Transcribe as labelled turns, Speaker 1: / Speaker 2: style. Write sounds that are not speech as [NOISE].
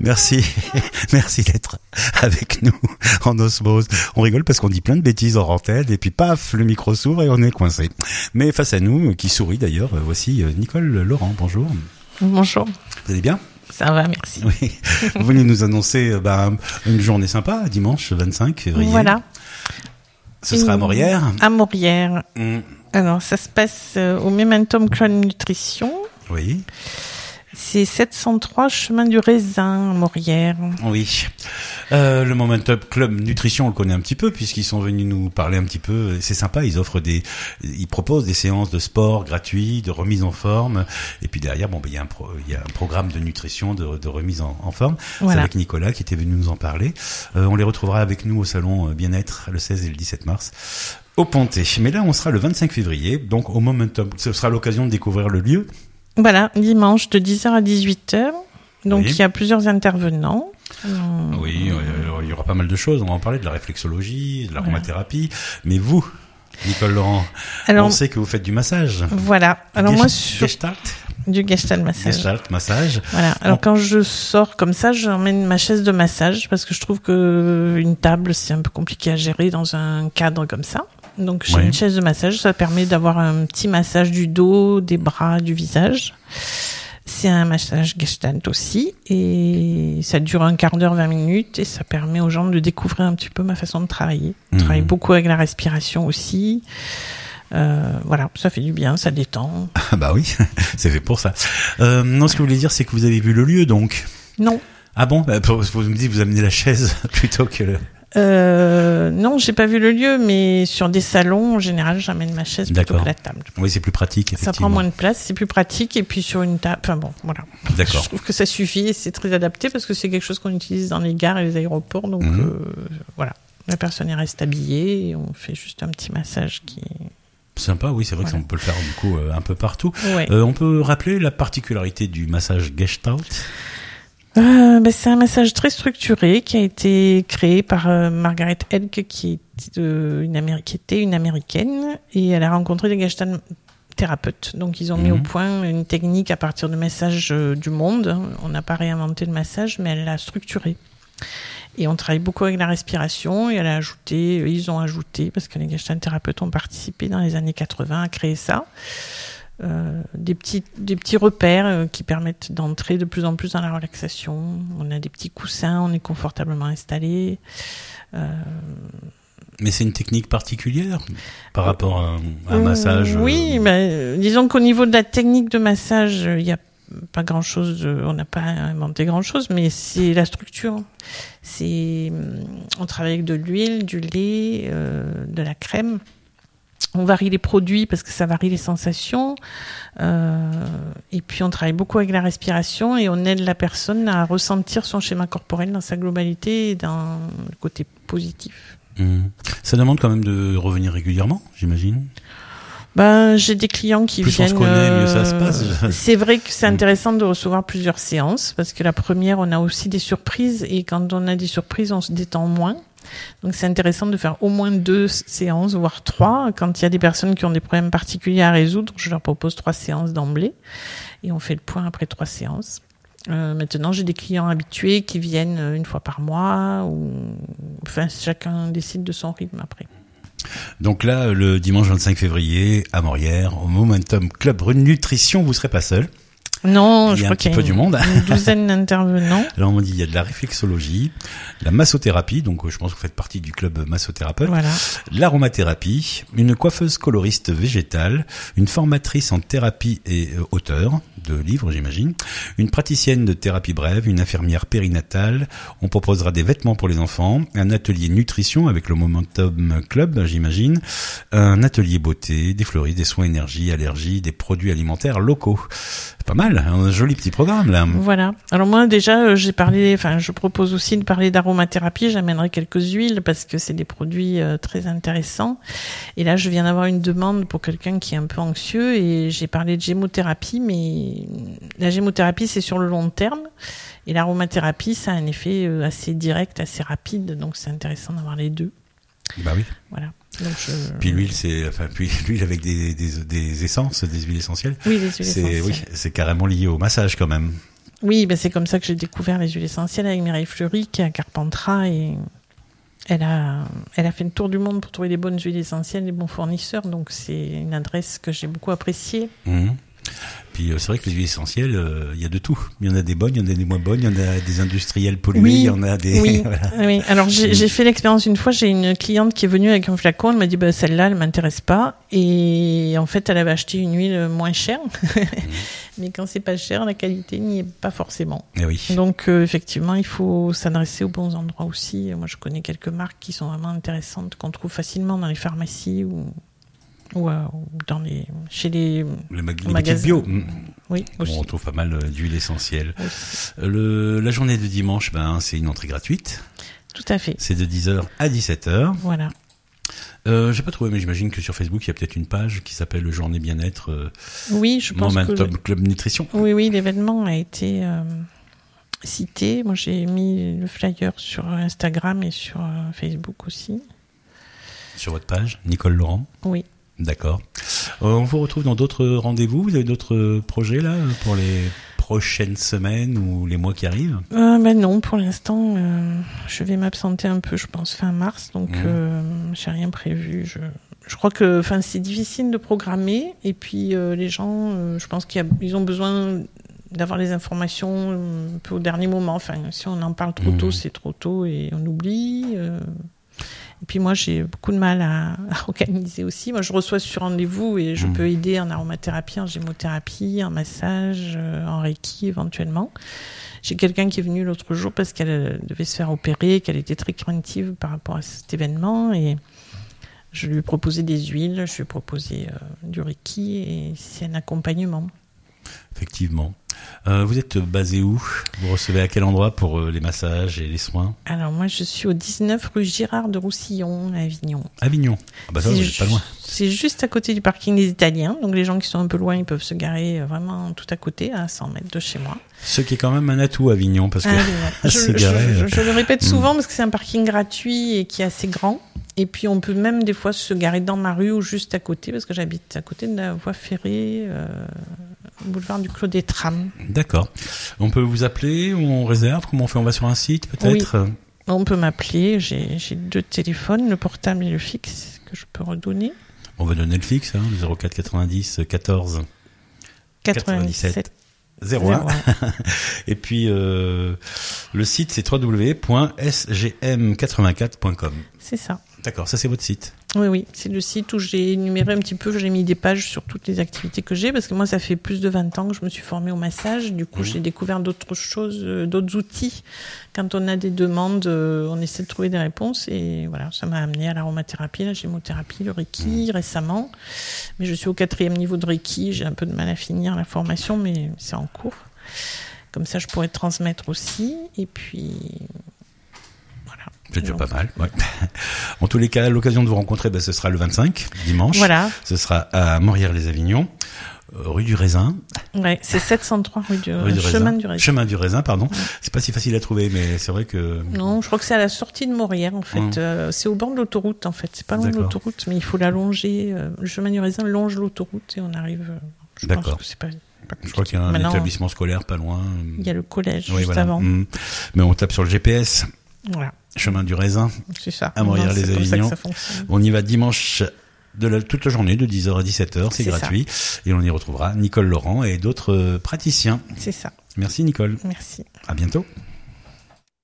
Speaker 1: Merci, [LAUGHS] merci d'être avec nous [LAUGHS] en osmose. On rigole parce qu'on dit plein de bêtises en antenne et puis paf, le micro s'ouvre et on est coincé. Mais face à nous, qui sourit d'ailleurs, voici Nicole Laurent. Bonjour.
Speaker 2: Bonjour.
Speaker 1: Vous allez bien [LAUGHS]
Speaker 2: ça va, merci.
Speaker 1: Oui. Vous venez nous annoncer bah, une journée sympa, dimanche 25 février.
Speaker 2: Voilà.
Speaker 1: Ce sera à Morière.
Speaker 2: À Morière.
Speaker 1: Mm.
Speaker 2: Alors, ça se passe euh, au Momentum Clone Nutrition.
Speaker 1: Oui.
Speaker 2: C'est 703 chemin du raisin à Morière.
Speaker 1: Oui. Euh, le Momentum Club Nutrition, on le connaît un petit peu puisqu'ils sont venus nous parler un petit peu. C'est sympa, ils offrent des, ils proposent des séances de sport gratuits, de remise en forme. Et puis derrière, bon, ben, il y a un pro- il y a un programme de nutrition, de, de remise en, en forme. C'est
Speaker 2: Voilà.
Speaker 1: avec Nicolas qui était venu nous en parler. Euh, on les retrouvera avec nous au salon euh, bien-être le 16 et le 17 mars. Au Ponté. Mais là, on sera le 25 février, donc au Momentum. Ce sera l'occasion de découvrir le lieu.
Speaker 2: Voilà, dimanche de 10h à 18h. Donc,
Speaker 1: Oui.
Speaker 2: il y a plusieurs intervenants. Hum,
Speaker 1: Oui, euh, alors, il y aura pas mal de choses. On va en parler de la réflexologie, de l'aromathérapie. Mais vous, Nicole Laurent, on
Speaker 2: Alors,
Speaker 1: sait que vous faites du massage.
Speaker 2: voilà. Alors,
Speaker 1: Gest-
Speaker 2: moi, sur
Speaker 1: Gestalt,
Speaker 2: du Gestalt Massage.
Speaker 1: Gestalt, massage.
Speaker 2: Voilà.
Speaker 1: On-
Speaker 2: Alors, quand je sors comme ça, j'emmène ma chaise de massage parce que je trouve que euh, une table, c'est un peu compliqué à gérer dans un cadre comme ça. Donc, j'ai
Speaker 1: Ouais.
Speaker 2: une chaise de massage. Ça permet d'avoir un petit massage du dos, des bras, du visage. C'est un massage gestalt aussi. Et ça dure un quart d'heure, 20 minutes. Et ça permet aux gens de découvrir un petit peu ma façon de travailler. Je
Speaker 1: Mhm.
Speaker 2: travaille beaucoup avec la respiration aussi. Euh, voilà, ça fait du bien, ça détend.
Speaker 1: Ah bah oui, [LAUGHS] c'est fait pour ça. Euh, non, ce que vous voulez dire, c'est que vous avez vu le lieu, donc.
Speaker 2: Non,
Speaker 1: Ah bon Bah, pour- Vous me dites, vous amenez la chaise [LAUGHS] plutôt que le...
Speaker 2: Euh, non, j'ai pas vu le lieu, mais sur des salons, en général, j'amène ma chaise plutôt
Speaker 1: D'accord.
Speaker 2: que la table.
Speaker 1: Oui, c'est plus pratique,
Speaker 2: Ça
Speaker 1: effectivement.
Speaker 2: prend moins de place, c'est plus pratique, et puis sur une table, enfin bon, voilà.
Speaker 1: D'accord.
Speaker 2: Je trouve que ça suffit et c'est très adapté parce que c'est quelque chose qu'on utilise dans les gares et les aéroports, donc
Speaker 1: Mhm.
Speaker 2: euh, voilà. La personne elle reste habillée et on fait juste un petit massage qui.
Speaker 1: Sympa, oui, c'est vrai que
Speaker 2: Voilà.
Speaker 1: ça, on peut le faire, du coup, euh, un peu partout.
Speaker 2: Ouais.
Speaker 1: Euh, on peut rappeler la particularité du massage Gestalt
Speaker 2: Euh, ben, c'est un massage très structuré qui a été créé par euh, Margaret Elk, qui, est, euh, une Améri- qui était une américaine, et elle a rencontré des gestalt thérapeutes. Donc ils ont mis
Speaker 1: Mhm.
Speaker 2: au point une technique à partir de messages euh, du monde. On n'a pas réinventé le massage, mais elle l'a structuré. Et on travaille beaucoup avec la respiration, et elle a ajouté, euh, ils ont ajouté, parce que les gestalt thérapeutes ont participé dans les années 80 à créer ça. Euh, des petits des petits repères euh, qui permettent d'entrer de plus en plus dans la relaxation. On a des petits coussins, on est confortablement installé. Euh,
Speaker 1: Mais c'est une technique particulière par rapport à, à un
Speaker 2: euh,
Speaker 1: massage. euh,
Speaker 2: Oui, mais, euh, disons qu'au niveau de la technique de massage, euh, il n'y a pas grand chose. on n'a pas inventé grand chose, mais c'est la structure. C'est hum, on travaille avec de l'huile, du lait, euh, de la crème. On varie les produits parce que ça varie les sensations. Euh, et puis on travaille beaucoup avec la respiration et on aide la personne à ressentir son schéma corporel dans sa globalité et dans le côté positif.
Speaker 1: Mhm. Ça demande quand même de revenir régulièrement, j'imagine.
Speaker 2: Ben, j'ai des clients qui
Speaker 1: Plus on se
Speaker 2: viennent.
Speaker 1: connaît, mieux ça se
Speaker 2: euh,
Speaker 1: passe.
Speaker 2: [LAUGHS] C'est vrai que c'est
Speaker 1: Mm.
Speaker 2: intéressant de recevoir plusieurs séances parce que la première, on a aussi des surprises et quand on a des surprises, on se détend moins. Donc c'est intéressant de faire au moins deux séances, voire trois. Quand il y a des personnes qui ont des problèmes particuliers à résoudre, je leur propose trois séances d'emblée et on fait le point après trois séances. Euh, maintenant, j'ai des clients habitués qui viennent euh, une fois par mois ou enfin chacun décide de son rythme après.
Speaker 1: Donc là, le dimanche 25 février, à Morière, au Momentum Club Nutrition, vous serez pas seul. il y
Speaker 2: Non, Oh, je
Speaker 1: a un petit
Speaker 2: crois qu'il y a
Speaker 1: peu
Speaker 2: une-
Speaker 1: du monde.
Speaker 2: une douzaine d'intervenants.
Speaker 1: Là, on m'a dit, il y a de la réflexologie, de la massothérapie, donc euh, je pense que vous faites partie du club massothérapeute,
Speaker 2: Voilà.
Speaker 1: de l'aromathérapie, une coiffeuse coloriste végétale, une formatrice en thérapie et euh, auteur de livres, j'imagine, une praticienne de thérapie brève, une infirmière périnatale, on proposera des vêtements pour les enfants, un atelier nutrition avec le Momentum Club, j'imagine, un atelier beauté, des fleuristes, des soins énergie, allergies, des produits alimentaires locaux. Pas mal, hein, un joli petit programme là.
Speaker 2: Voilà. Alors moi déjà, euh, j'ai parlé, enfin je propose aussi de parler d'aromathérapie. J'amènerai quelques huiles parce que c'est des produits euh, très intéressants. Et là, je viens d'avoir une demande pour quelqu'un qui est un peu anxieux et j'ai parlé de gémothérapie, mais la gémothérapie c'est sur le long terme et l'aromathérapie ça a un effet euh, assez direct, assez rapide. Donc c'est intéressant d'avoir les deux.
Speaker 1: Bah oui.
Speaker 2: Voilà. Donc je...
Speaker 1: Puis l'huile, c'est enfin puis [LAUGHS] l'huile avec des, des, des essences, des huiles essentielles.
Speaker 2: Oui, les huiles
Speaker 1: C'est
Speaker 2: essentielles.
Speaker 1: oui, c'est carrément lié au massage quand même.
Speaker 2: Oui, ben c'est comme ça que j'ai découvert les huiles essentielles avec Mireille Fleury qui est à Carpentras et elle a, elle a fait le tour du monde pour trouver les bonnes huiles essentielles, les bons fournisseurs. Donc c'est une adresse que j'ai beaucoup appréciée.
Speaker 1: Mmh. Puis euh, c'est vrai que les huiles essentielles, euh, il y a de tout. Il y en a des bonnes, il y en a des moins bonnes, il y en a des industriels pollués, il
Speaker 2: Oui.
Speaker 1: y en a des.
Speaker 2: Oui,
Speaker 1: [LAUGHS] voilà.
Speaker 2: oui. Alors j'ai j'ai fait l'expérience une fois. J'ai une cliente qui est venue avec un flacon. Elle m'a dit bah, celle-là, elle m'intéresse pas. Et en fait, elle avait acheté une huile moins chère. [LAUGHS] Mais quand c'est pas cher, la qualité n'y est pas forcément.
Speaker 1: Eh oui.
Speaker 2: Donc euh, effectivement, il faut s'adresser aux bons endroits aussi. Moi, je connais quelques marques qui sont vraiment intéressantes qu'on trouve facilement dans les pharmacies ou, ou, euh, ou dans les chez les
Speaker 1: Le mag- les
Speaker 2: Au
Speaker 1: boutiques
Speaker 2: magasin.
Speaker 1: bio. Mmh.
Speaker 2: oui aussi.
Speaker 1: Bon, on trouve pas mal euh, d'huiles essentielles. Euh, Le, la journée de dimanche, ben, c'est une entrée gratuite.
Speaker 2: Tout à fait.
Speaker 1: C'est de 10h à 17h.
Speaker 2: Voilà.
Speaker 1: Euh, J'ai pas trouvé, mais j'imagine que sur Facebook, il y a peut-être une page qui s'appelle Journée Bien-être euh,
Speaker 2: Oui, je pense que
Speaker 1: Momentum Club Nutrition.
Speaker 2: Oui, oui, l'événement a été euh, cité. Moi, j'ai mis le flyer sur Instagram et sur euh, Facebook aussi.
Speaker 1: Sur votre page, Nicole Laurent.
Speaker 2: Oui.
Speaker 1: D'accord. Euh, on vous retrouve dans d'autres rendez-vous. Vous avez d'autres euh, projets là pour les prochaines semaines ou les mois qui arrivent
Speaker 2: Euh, ben non, pour l'instant, euh, je vais m'absenter un peu, je pense, fin mars. Donc,
Speaker 1: Mhm.
Speaker 2: euh, j'ai rien prévu. Je, je crois que enfin, c'est difficile de programmer. Et puis, euh, les gens, euh, je pense qu'ils ont besoin d'avoir les informations euh, un peu au dernier moment. Enfin, si on en parle trop
Speaker 1: Mhm.
Speaker 2: tôt, c'est trop tôt et on oublie. euh. Et puis, moi, j'ai beaucoup de mal à, à organiser aussi. Moi, je reçois sur rendez-vous et je
Speaker 1: Mhm.
Speaker 2: peux aider en aromathérapie, en gémothérapie, en massage, euh, en reiki éventuellement. J'ai quelqu'un qui est venu l'autre jour parce qu'elle euh, devait se faire opérer, qu'elle était très craintive par rapport à cet événement. Et je lui ai proposé des huiles, je lui ai proposé euh, du Reiki et c'est un accompagnement.
Speaker 1: Effectivement. Euh, vous êtes basé où Vous recevez à quel endroit pour euh, les massages et les soins
Speaker 2: Alors moi, je suis au 19 rue Girard de Roussillon, à Avignon.
Speaker 1: Avignon. Ah bah ça,
Speaker 2: C'est
Speaker 1: vous êtes
Speaker 2: ju-
Speaker 1: pas loin.
Speaker 2: C'est juste à côté du parking des Italiens. Donc les gens qui sont un peu loin, ils peuvent se garer euh, vraiment tout à côté, à 100 mètres de chez moi.
Speaker 1: Ce qui est quand même un atout Avignon parce que
Speaker 2: Ah, oui,
Speaker 1: [LAUGHS]
Speaker 2: ouais.
Speaker 1: se
Speaker 2: je, je-
Speaker 1: garer, euh, hmm.
Speaker 2: je- je le répète souvent parce que c'est un parking gratuit et qui est assez grand. Et puis on peut même des fois se garer dans ma rue ou juste à côté parce que j'habite à côté de la voie ferrée, euh, boulevard du Clos des Trams.
Speaker 1: d'accord. On peut vous appeler, on réserve, comment on fait On va sur un site peut-être
Speaker 2: On peut m'appeler, j'ai j'ai deux téléphones, le portable et le fixe que je peux redonner.
Speaker 1: On va donner le fixe hein, le 04 90 14 97 01. Et puis euh, le site c'est www.sgm84.com.
Speaker 2: C'est ça.
Speaker 1: D'accord, ça c'est votre site.
Speaker 2: Oui, oui, c'est le site où j'ai énuméré un petit peu, j'ai mis des pages sur toutes les activités que j'ai, parce que moi, ça fait plus de 20 ans que je me suis formée au massage, du coup, j'ai découvert d'autres choses, euh, d'autres outils. Quand on a des demandes, euh, on essaie de trouver des réponses, et voilà, ça m'a amené à l'aromathérapie, la gémothérapie, le Reiki, récemment. Mais je suis au quatrième niveau de Reiki, j'ai un peu de mal à finir la formation, mais c'est en cours. Comme ça, je pourrais transmettre aussi, et puis... Voilà.
Speaker 1: C'est déjà
Speaker 2: Donc,
Speaker 1: pas mal. ouais. [LAUGHS] en tous les cas, l'occasion de vous rencontrer, bah, ce sera le 25 dimanche.
Speaker 2: Voilà,
Speaker 1: Ce sera à Morières-les-Avignon, euh, rue du Raisin.
Speaker 2: ouais, c'est 703 rue du,
Speaker 1: Rue du
Speaker 2: Euh, chemin
Speaker 1: Raisin.
Speaker 2: du Raisin.
Speaker 1: Chemin du Raisin, pardon. C'est pas si facile à trouver, mais c'est vrai que.
Speaker 2: Non, je crois que c'est à la sortie de Morière, en fait.
Speaker 1: Ouais.
Speaker 2: Euh, c'est au bord de l'autoroute, en fait. C'est pas loin de
Speaker 1: Mm. D'accord.
Speaker 2: l'autoroute, mais il faut la longer. euh, le chemin du raisin longe l'autoroute et on arrive. euh, Je pense
Speaker 1: D'accord.
Speaker 2: que c'est pas, pas
Speaker 1: Je crois qu'il y a un
Speaker 2: Maintenant,
Speaker 1: établissement scolaire pas loin.
Speaker 2: Il y a le collège
Speaker 1: Oui,
Speaker 2: juste
Speaker 1: voilà.
Speaker 2: avant.
Speaker 1: Mm. Mais on tape sur le GPS,
Speaker 2: Voilà,
Speaker 1: Chemin du Raisin.
Speaker 2: c'est ça.
Speaker 1: À Morière,
Speaker 2: Non,
Speaker 1: les
Speaker 2: c'est comme ça que
Speaker 1: Avignons.
Speaker 2: ça fonctionne.
Speaker 1: On y va dimanche de la- toute la journée, de 10h à 17h, c'est
Speaker 2: C'est ça.
Speaker 1: gratuit. Et on y retrouvera Nicole Laurent et d'autres euh, praticiens.
Speaker 2: C'est ça.
Speaker 1: Merci Nicole,
Speaker 2: Merci.
Speaker 1: à bientôt.